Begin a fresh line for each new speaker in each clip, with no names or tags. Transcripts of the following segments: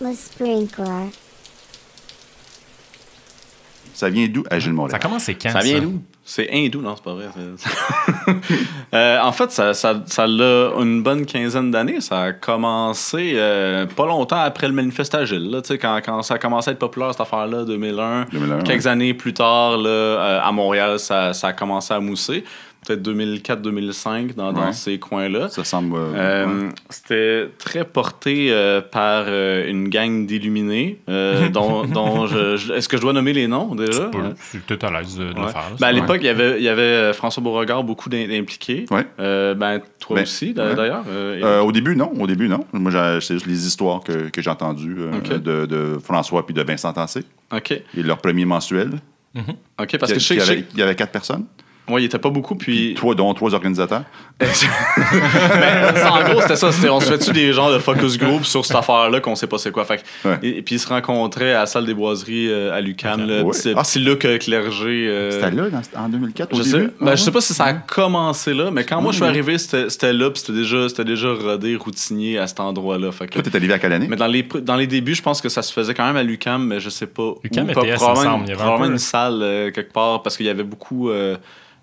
the sprinkler.
Ça vient d'où à Gilles Montréal?
Ça a commencé quand?
Ça vient d'où? C'est hindou, non, c'est pas vrai. c'est- Euh, en fait, ça, ça, ça l'a une bonne quinzaine d'années. Ça a commencé euh, pas longtemps après le manifeste agile. Là, tu sais, quand, quand ça a commencé à être populaire, cette affaire-là, 2001.
2001,
quelques années plus tard, là, euh, à Montréal, ça, ça a commencé à mousser. Peut-être 2004-2005, dans, dans
Ouais.
ces coins-là.
Ça semble. euh, ouais.
Euh, C'était très porté euh, par euh, une gang d'illuminés, euh, dont, dont je, je- est-ce que je dois nommer les noms déjà?
Peu- Tu es à l'aise de, de le
Ouais.
faire. là,
Ben, à
c'est-
l'époque, il y avait, il y avait euh, François Beauregard beaucoup d'im- d'impliqués.
Ouais.
Euh, ben, toi
Ben,
aussi,
ouais.
d'a- d'ailleurs. euh, et-
Euh, au début, non. Au début, non. Moi, j'ai- c'est juste les histoires que, que j'ai entendues euh,
Ok.
de, de François puis de Vincent Tancé.
OK.
Et leur premier mensuel.
OK, parce que je sais
il,
que
y
je
avait,
sais
il y avait quatre personnes.
que- ouais, il était pas beaucoup, puis.
Trois, dont trois organisateurs.
Ben, ça, en gros, c'était ça. c'était- on se fait-tu des genres de focus group sur cette affaire-là qu'on sait pas c'est quoi. Fait que-
Ouais.
et, et puis ils se rencontraient à la salle des boiseries euh, à l'UQAM. là,
Ouais.
Petit,
Ah,
petit look euh, clergé. euh,
C'était là, dans- en 2004,
Je
au
sais,
début?
ben,
Ah,
je sais
ouais.
pas si ça a commencé là, mais quand moi je suis
Mhm.
arrivé, c'était c'était là, puis c'était déjà, c'était déjà rodé, routinier à cet endroit-là. Fait que-
Toi, t'es arrivé à quelle année?
Mais dans les, pr- dans les débuts, je pense que ça se faisait quand même à l'UCAM, mais je sais pas.
L'UQAM
où.
et
Pas-
TS
probablement,
ensemble, il y avait un
probablement
peu-
une salle euh, quelque part, parce qu'il y avait beaucoup euh,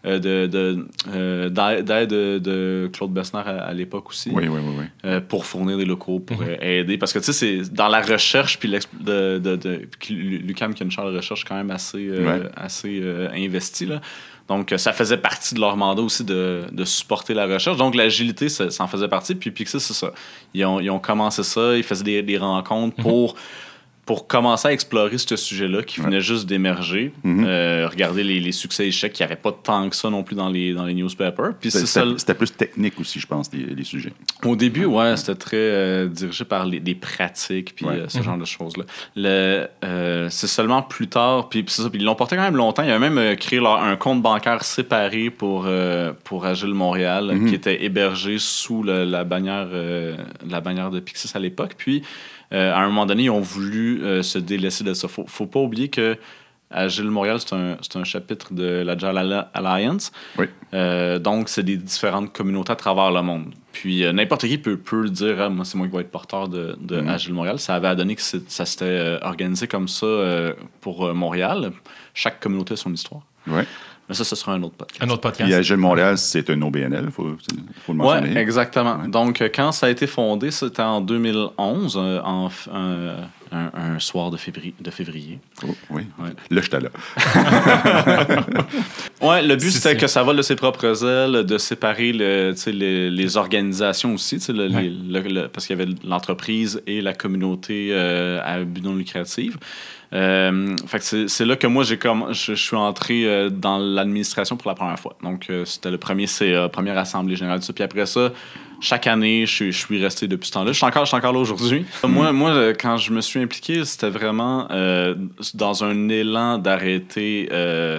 euh, de- de, euh, d'aide d'aide de, de Claude Besnard à, à l'époque aussi,
Oui, oui, oui. oui.
euh, pour fournir des locaux, pour
Mhm.
euh, aider. Parce que tu sais, c'est dans la recherche, puis l'expl- de, de, de- puis l'UCAM qui a une charge de recherche quand même assez, euh,
Ouais.
assez euh, investie. là. Donc, euh, ça faisait partie de leur mandat aussi de, de supporter la recherche. Donc, l'agilité, ça, ça en faisait partie. Puis Pixis, c'est ça. Ils ont, ils ont commencé ça, ils faisaient des, des
Mhm.
rencontres pour, pour commencer à explorer ce sujet-là qui venait juste d'émerger.
Mhm.
Euh, regarder les, les succès et échecs, qu'il n'y avait pas tant que ça non plus dans les, dans les newspapers. Puis
C'était-
c'est ça.
C'était c'était plus technique aussi, je pense, les, les sujets.
Au début, ouais, c'était très euh, dirigé par les, des pratiques puis
Ouais.
euh, ce genre de choses-là. Le, euh, c'est seulement plus tard, puis puis c'est ça, puis ils l'ont porté quand même longtemps. Ils avaient même euh, créé leur- un compte bancaire séparé pour, euh, pour Agile Montréal,
Mhm.
qui était hébergé sous le- la, bannière, euh, la bannière de Pixis à l'époque. Puis, euh, à un moment donné, ils ont voulu euh, se délaisser de ça. Faut, faut pas oublier que Agile Montréal, c'est un, c'est un chapitre de l'Agile Alla- Alliance.
Oui.
Euh, donc, c'est des différentes communautés à travers le monde. Puis, euh, n'importe qui peut, peut le dire, Ah, moi, c'est moi qui vais être porteur de, de
Mm-hmm.
Mhm.
Agile Montréal. Ça avait à donner que c'est- ça s'était euh, organisé comme ça euh, pour euh, Montréal. Chaque communauté a son histoire.
Ouais.
Mais ça, ce sera un autre podcast.
Un autre podcast.
Puis
euh,
Agile Montréal, c'est un OBNL, il faut, faut le mentionner.
Oui, exactement.
Ouais.
Donc, euh, quand ça a été fondé, c'était en 2011, euh, en f- un, un- un soir de février. De février.
Oh, oui.
Ouais.
Là, j'étais là.
Ouais, le but,
Si,
c'était
si.
que ça vole de ses propres ailes, de séparer le, tu sais, les, les organisations aussi, tu sais, le-
Ouais.
les- le- le- parce qu'il y avait l'entreprise et la communauté euh, à but non lucratif. Euh, fait que c'est c'est là que moi, j'ai comm- je, je suis entré euh, dans l'administration pour la première fois. Donc, euh, c'était le premier CA, première assemblée générale de ça. Puis après ça, chaque année, je, suis- je suis resté depuis ce temps-là. Je suis encore, je suis encore là aujourd'hui.
Mm.
Moi, moi, euh, quand je me suis impliqué, c'était vraiment euh, dans un élan d'arrêter... euh,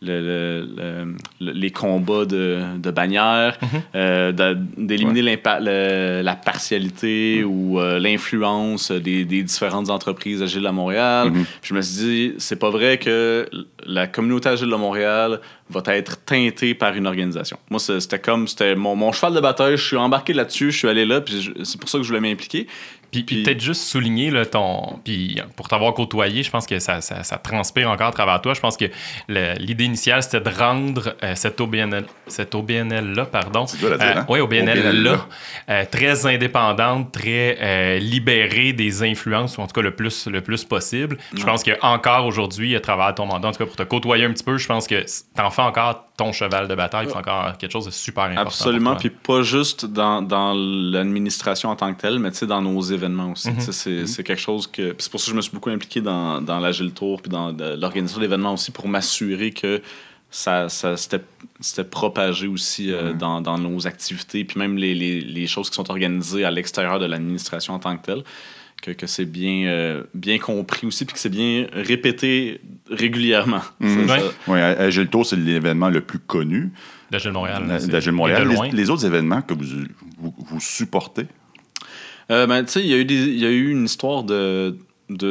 le- le- le- le- les combats de, de bannières, euh, d'a- d'éliminer l'impa- le- la partialité ou euh, l'influence des, des différentes entreprises agiles à Montréal.
Mhm.
Puis je me suis dit, c'est pas vrai que l- la communauté agile de Montréal va être teintée par une organisation. Moi, c'est- c'était comme, c'était mon, mon cheval de bataille, je suis embarqué là-dessus, je suis allé là, puis je- c'est pour ça que je voulais m'impliquer.
Puis, puis
Puis-
peut-être juste souligner là, ton. Puis pour t'avoir côtoyé, je pense que ça, ça, ça transpire encore à travers toi. Je pense que le- l'idée initiale, c'était de rendre euh, cette OBNL, cette OBNL là, pardon. euh,
dur à dire, hein?
oui, OBNL,
OBNL-là.
là, euh, très indépendante, très euh, libérée des influences, ou en tout cas le plus, le plus possible. Je pense que encore aujourd'hui, à travers ton mandat, en tout cas pour te côtoyer un petit peu, je pense que c- t'en fais encore ton cheval de bataille. puis C'est encore quelque chose de super important. pour
Absolument,
toi.
puis pas juste dans, dans l'administration en tant que telle, mais tu sais, dans nos événements aussi.
Mhm.
Tu sais, C'est c'est quelque chose que. puis C'est pour ça que je me suis beaucoup impliqué dans, dans l'Agile Tour puis dans de- l'organisation d'événements aussi pour m'assurer que ça, ça c'était c'était propagé aussi euh,
Mhm.
dans, dans nos activités, puis même les, les- les choses qui sont organisées à l'extérieur de l'administration en tant que telle. Que, que c'est bien, euh, bien compris aussi, puis que c'est bien répété régulièrement. C'est
Mhm. Ouais.
ça.
Oui, Agile euh, Tour, c'est l'événement le plus connu
D'Agile Montréal. là, c'est-
d'Agile Montréal.
et de
Les-
loin.
Les, autres événements que vous, vous, vous supportez,
Euh, ben, tu sais, il y, a eu des- il y a eu une histoire de,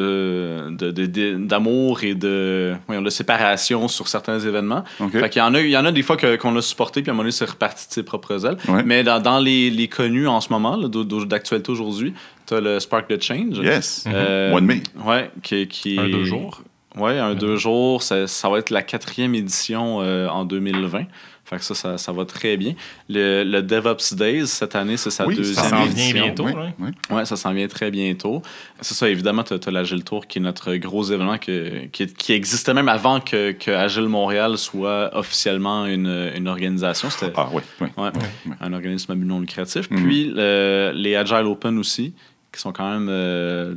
de, de- de- de- d'amour et de, voyons, de séparation sur certains événements.
OK.
Fait qu'il y en a, il y en a des fois que- qu'on a supporté, puis à un moment donné, c'est reparti de ses propres ailes.
Ouais.
Mais dans, dans les, les connus en ce moment, là, d'au- d'au- d'actualité aujourd'hui, tu as le Spark the Change.
Yes. Mm-hmm.
Euh,
Mois de mai.
Ouais, qui, qui
Un,
est-
deux jours. Mm-hmm.
Ouais, un deux jours, ça, ça va être la quatrième édition euh, en 2020. Fait que ça, ça, ça va très bien. Le, le DevOps Days, cette année, c'est sa
Oui, ça
deuxième
s'en vient
édition.
bientôt,
Oui,
ouais.
oui.
Ouais, ça s'en vient très bientôt. C'est ça, évidemment, tu as, l'Agile Tour qui est notre gros événement que- qui, est- qui existait même avant que, que Agile Montréal soit officiellement une, une organisation. C'était
Ah oui, oui.
ouais,
ouais.
un organisme à but non lucratif.
Mhm.
Puis euh, les Agile Open aussi, qui sont quand même. euh,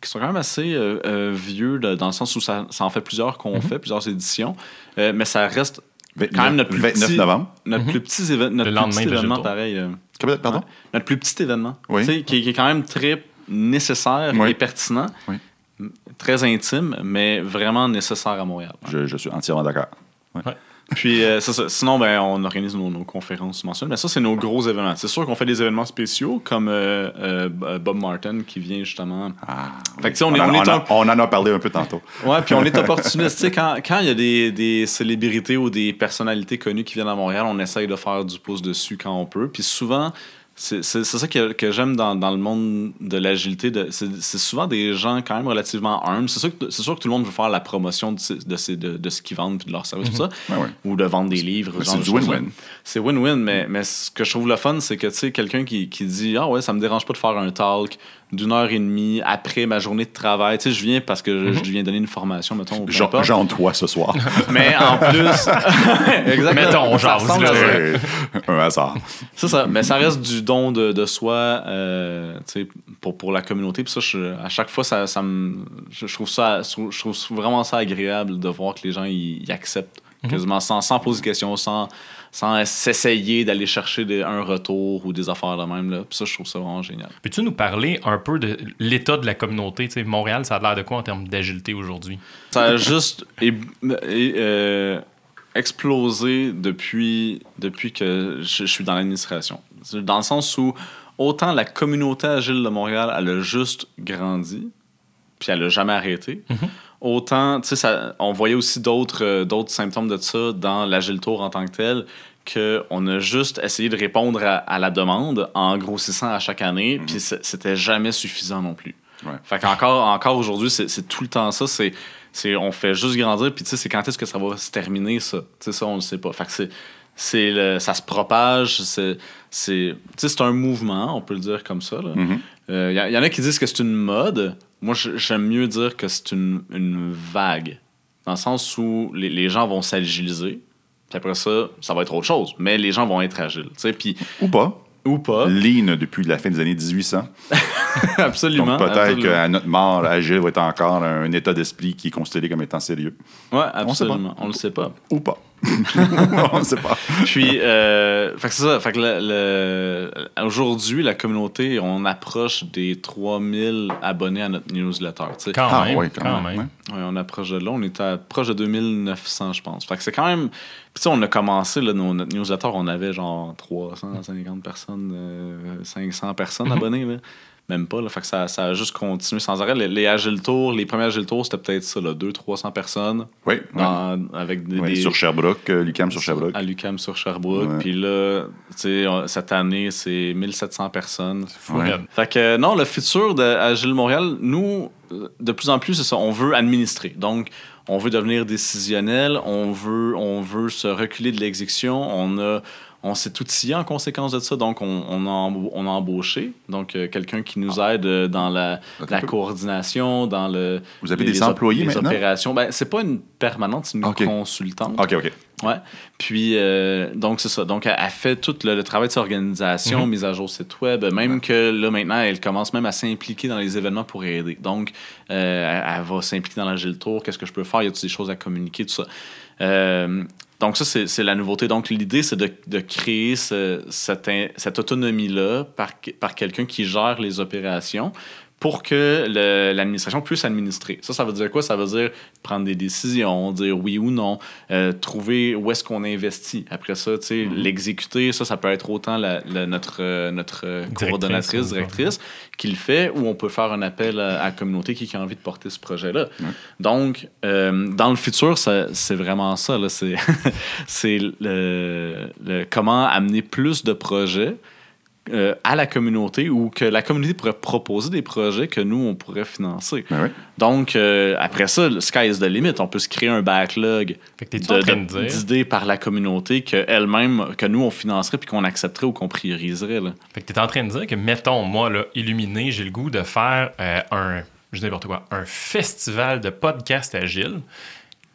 qui sont quand même assez euh, euh, vieux de- dans le sens où ça, ça en fait plusieurs
Mhm.
qu'on fait, plusieurs éditions, Euh, mais ça reste Quand même notre plus
29
petit-
novembre.
notre
Mhm.
plus petit, éve- notre
Le
plus
lendemain
petit
de la
événement
Gilles Tour.
pareil. euh,
Pardon?
notre plus petit événement,
Oui.
tu sais, qui, qui est quand même très nécessaire
Oui.
et pertinent,
Oui.
m- très intime, mais vraiment nécessaire à Montréal.
Je, je suis entièrement d'accord.
Puis, euh, c'est ça. sinon, ben, on organise nos, nos conférences mensuelles, mais ça, c'est nos gros événements. C'est sûr qu'on fait des événements spéciaux, comme euh, euh, B- Bob Martin qui vient justement.
Ah,
Fait que, tu sais, on,
on,
est,
en,
on est
on
un-
en- on en a parlé un peu tantôt.
Ouais, puis on est opportuniste. Tu sais, quand quand il y a des, des célébrités ou des personnalités connues qui viennent à Montréal, on essaye de faire du pouce dessus quand on peut. Puis souvent, c'est c'est- c'est ça que, que j'aime dans, dans le monde de l'agilité. de- C'est c'est souvent des gens quand même relativement humbles. C'est sûr, que- c'est sûr que tout le monde veut faire la promotion de, ces- de, ces- de, de ce qu'ils vendent puis de leur service, tout ça.
Ouais, ouais.
Ou de vendre des livres.
Mais
genre
Mm-hmm. c'est
de
du
choses-là.
win-win.
C'est win-win, mais, mais ce que je trouve le fun, c'est que, tu sais, quelqu'un qui, qui dit « Ah ouais, ça me dérange pas de faire un talk d'une heure et demie après ma journée de travail. Tu sais, je viens parce que je, je viens donner une formation, mettons, ou peu
Jean,
importe.
Jean toi ce soir.
Mais en plus... Exactement.
Mettons,
Ça
jase,
ressemble à
là.
ça.
Euh, un hasard.
C'est ça, mais ça reste du don de, de soi euh, tu sais, pour, pour la communauté. Puis ça, je- à chaque fois, ça, ça me, je, je trouve ça, je trouve- je trouve vraiment ça agréable de voir que les gens y, y acceptent quasiment sans, sans poser de questions, sans, sans s'essayer d'aller chercher des- un retour ou des affaires de même. Là. Puis ça, je trouve ça vraiment génial.
Peux-tu nous parler un peu de l'état de la communauté? Tu sais, Montréal, ça a l'air de quoi en termes d'agilité aujourd'hui?
Ça a juste é- é- euh, explosé depuis, depuis que je, je suis dans l'administration. C'est Dans le sens où autant la communauté agile de Montréal, elle a juste grandi, puis elle n'a jamais arrêté. Autant, tu sais, ça- on voyait aussi d'autres euh, d'autres symptômes de ça dans l'Agile Tour en tant que tel, qu'on a juste essayé de répondre à, à la demande en grossissant à chaque année, puis c'est- c'était jamais suffisant non plus.
Ouais.
Fait qu'encore encore aujourd'hui, c'est c'est tout le temps ça. C'est c'est- on fait juste grandir, puis tu sais, c'est quand est-ce que ça va se terminer, ça. Tu sais, ça, on ne sait pas. Fait que c'est- c'est le- ça se propage, c'est c'est- tu sais, c'est un mouvement, on peut le dire comme ça. là.
Mhm.
Euh, y, a- y en a qui disent que c'est une mode. Moi, j- j'aime mieux dire que c'est une, une vague. Dans le sens où les, les gens vont s'agiliser. Puis après ça, ça va être autre chose. Mais les gens vont être agiles. tu sais, Puis,
Ou pas.
ou pas.
Lean depuis la fin des années 1800.
absolument.
Donc peut-être
absolument.
qu'à notre mort, Agile va être encore un état d'esprit qui est considéré comme étant sérieux. On
Ouais,
sait pas.
absolument. On le sait pas.
Ou pas. On ne sait pas.
Puis, euh, fait que c'est ça. Fait que le- le- aujourd'hui, la communauté, on approche des 3000 abonnés à notre newsletter. tu sais.
Quand
Ah
même,
oui,
quand,
quand
même.
même,
Ouais, on approche de là. On est à proche de 2900, je pense. Fait que c'est quand même. Puis, tu sais, on a commencé, là, nos- notre newsletter, on avait genre 350 personnes, euh, 500 personnes
Mhm.
abonnées, là. Même pas, là. Fait que ça, ça a juste continué sans arrêt. Les, les Agile Tours, les premiers Agile Tours, c'était peut-être ça, là, 200-300 personnes.
Oui, oui.
dans- Avec des.
Oui,
des-
Sur Sherbrooke, euh, Lucam sur Sherbrooke.
À l'UCAM sur Sherbrooke.
Ouais.
Puis là, tu sais, on- cette année, c'est 1700 personnes.
Faut
Ouais.
raide.
Fait que euh, non, le futur de Agile Montréal, nous, euh, de plus en plus, c'est ça, on veut administrer. Donc, on veut devenir décisionnel, on veut, on veut se reculer de l'exécution, on a on s'est outillé en conséquence de ça, donc on, on a, embau- on a embauché donc euh, quelqu'un qui nous aide euh, dans la,
Attends un
la
peu.
coordination, dans le
Vous avez
les-
des
les op-
employés
les
maintenant?
opérations. Ben, c'est pas une permanente, c'est une
Ok.
consultante.
OK, OK.
Ouais. Puis, euh, donc, c'est ça. Donc, elle, elle fait tout le, le travail de son organisation, mise à jour site web, même que là, maintenant, elle commence même à s'impliquer dans les événements pour aider. Donc, euh, elle, elle va s'impliquer dans l'Agile Tour. Qu'est-ce que je peux faire? Y a-t-il des choses à communiquer? Tout ça. Euh, donc, ça, c'est c'est la nouveauté. Donc, l'idée, c'est de, de créer ce- cette, in- cette autonomie-là par, par quelqu'un qui gère les opérations. pour que le- l'administration puisse administrer. Ça, ça veut dire quoi? Ça veut dire prendre des décisions, dire oui ou non, euh, trouver où est-ce qu'on investit. Après ça, tu sais, l'exécuter, ça, ça peut être autant la- la- notre, euh, notre euh,
Directrice,
coordonnatrice,
hein,
directrice, qui le fait, ou on peut faire un appel à, à la communauté qui, qui a envie de porter ce projet-là. Donc, euh, dans le futur, ça- c'est vraiment ça. là. C'est c'est le- le- comment amener plus de projets euh, à la communauté ou que la communauté pourrait proposer des projets que nous, on pourrait financer.
Ben oui.
Donc, euh, après ça, le sky is the limit. On peut se créer un backlog
Fait que t'es-tu en
de-
train de dire-
de- d'idées par la communauté qu'elle-même, que nous, on financerait puis qu'on accepterait ou qu'on prioriserait. là.
Fait que t'es en train de dire que, mettons, moi, là, illuminé, j'ai le goût de faire euh, un, je dis n'importe quoi, un festival de podcast agile.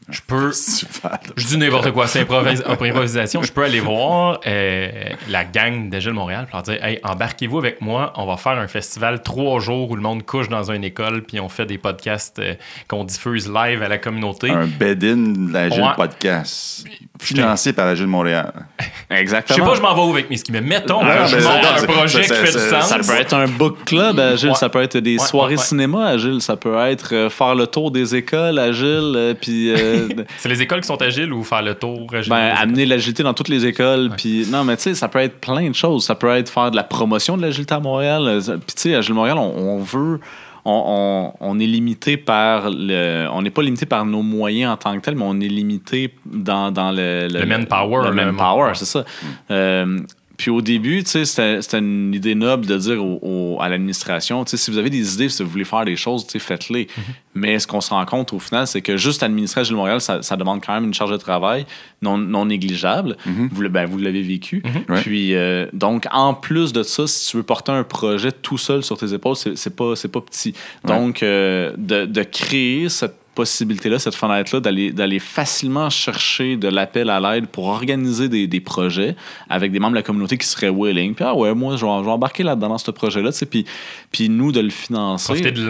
Je peux,
Super.
je dis n'importe quoi, c'est improvis- improvisation. Je peux aller voir euh, la gang d'Agile Montréal pour leur dire Hey, embarquez-vous avec moi, on va faire un festival trois jours où le monde couche dans une école, puis on fait des podcasts euh, qu'on diffuse live à la communauté.
Un bed-in de la Gilles
Ouais.
Podcast. Financé par la Gilles de Montréal.
Je sais
Exactement.
pas, je m'en vais où avec mes skis, mais mettons,
Ah,
je
ben,
monte
non,
un
c'est-
projet
ça,
qui fait
ça,
du
ça,
sens.
Ça peut être un book club, Agile.
Ouais.
Ça peut être des
Ouais,
soirées
ouais, ouais.
cinéma, Agile. Ça peut être euh, faire le tour des écoles, Agile. euh, puis euh,
C'est les écoles qui sont agiles ou faire le tour euh, agile?
ben, amener l'agilité dans toutes les écoles.
Ouais.
Puis non, mais tu sais, ça peut être plein de choses. Ça peut être faire de la promotion de l'agilité à Montréal. euh, ça- Puis tu sais, Agile Montréal, on, on veut. On, on- on est limité par le. On n'est pas limité par nos moyens en tant que tel, mais on est limité dans, dans le,
Le manpower,
Le
là. Mm.
manpower, c'est ça. Euh, puis au début, tu sais, c'était c'était une idée noble de dire au- au- à l'administration, tu sais, si vous avez des idées, si vous voulez faire des choses, tu sais, faites-les.
Mm-hmm.
Mais ce qu'on se rend compte au final, c'est que juste administrer à Gilles Montréal, ça, ça demande quand même une charge de travail non, non négligeable. Vous le- ben, Vous l'avez vécu.
Ouais.
Puis euh, donc, en plus de ça, si tu veux porter un projet tout seul sur tes épaules, c'est c'est pas, c'est pas petit. Donc, euh, de, de créer cette possibilité-là, cette fenêtre-là, d'aller d'aller facilement chercher de l'appel à l'aide pour organiser des, des projets avec des membres de la communauté qui seraient willing. Puis, ah ouais, moi, je vais, je vais embarquer là-dedans dans ce projet-là, tu sais, puis, puis nous, de le financer.
Profiter de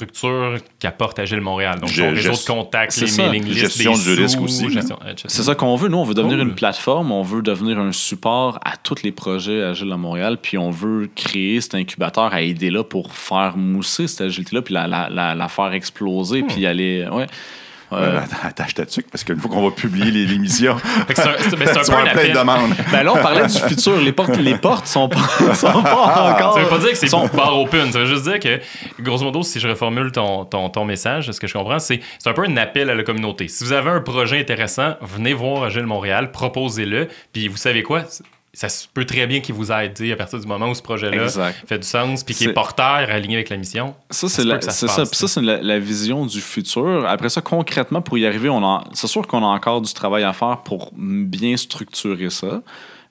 l'infrastructure qu'apporte Agile Montréal. Donc,
Je-
son
je-
réseau de contacts,
c'est
les
ça.
mailing lists,
Gestion
des
du
sous,
risque aussi,
gestion- etc.
C'est ça qu'on veut. Nous, on veut devenir
Cool.
une plateforme, on veut devenir un support à tous les projets agiles à Montréal, puis on veut créer cet incubateur à aider là pour faire mousser cette agilité-là, puis la, la, la, la faire exploser, puis aller. Hmm. Ouais.
Euh,
Euh,
Attache ta tuque, parce qu'une fois qu'on va publier les- l'émission,
Fait que c'est un- c'est- ben, c'est un
tu
peu
vas
un
avoir plein de
appel.
demandes.
Ben là, on parlait du futur. Les portes, les portes sont pas, sont Ah, pas encore.
Ça veut pas dire que c'est
sont-
bar open. Ça veut juste dire que, grosso modo, si je reformule ton, ton, ton message, ce que je comprends, c'est c'est un peu un appel à la communauté. Si vous avez un projet intéressant, venez voir Agile Montréal, proposez-le. Puis vous savez quoi? Ça se peut très bien qu'il vous aide tu sais, à partir du moment où ce projet-là
Exact.
fait du sens, puis qu'il est
C'est-
porteur, aligné avec la mission.
Ça,
Ça
c'est
se
la-
peut que ça se
c'est ça.
passe,
Puis ça, c'est la, la vision du futur. Après ça, concrètement, pour y arriver, on a- c'est sûr qu'on a encore du travail à faire pour bien structurer ça.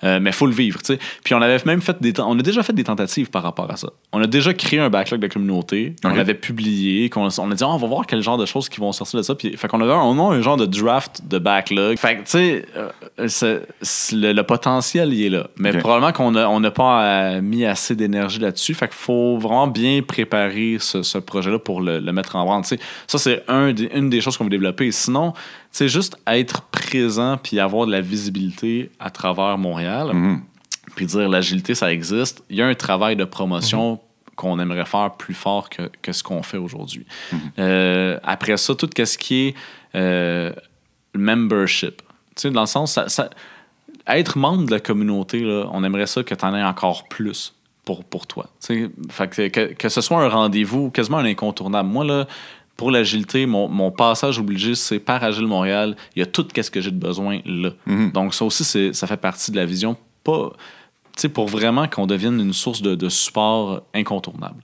Euh, mais il faut le vivre, tu sais. Puis on avait même fait des... ten- On a déjà fait des tentatives par rapport à ça. On a déjà créé un backlog de communauté. On
Ok.
l'avait publié. qu'on- on a dit, Ah, on va voir quel genre de choses qui vont sortir de ça. Puis, fait qu'on avait un, on a un genre de draft de backlog. Fait que, tu sais, euh, c'est- c'est- le, le potentiel, il est là. Mais
Ok.
probablement qu'on a- on n'a pas euh, mis assez d'énergie là-dessus. Fait qu'il faut vraiment bien préparer ce, ce projet-là pour le, le mettre en vente. Tu sais, ça, c'est un des- une des choses qu'on veut développer. Sinon, c'est juste être présent puis avoir de la visibilité à travers Montréal.
Mhm.
Puis dire l'agilité, ça existe. Il y a un travail de promotion qu'on aimerait faire plus fort que, que ce qu'on fait aujourd'hui. Euh, après ça, tout ce qui est euh, membership. Tu sais, dans le sens, ça- ça- être membre de la communauté, là, on aimerait ça que tu en aies encore plus pour, pour toi. Tu sais, fait que, que, que ce soit un rendez-vous, quasiment un incontournable. Moi, là, pour l'agilité, mon, mon passage obligé, c'est par Agile Montréal. Il y a tout ce que j'ai de besoin là. Donc, ça aussi, c'est- ça fait partie de la vision. Pas, tu sais, pour vraiment qu'on devienne une source de, de support incontournable.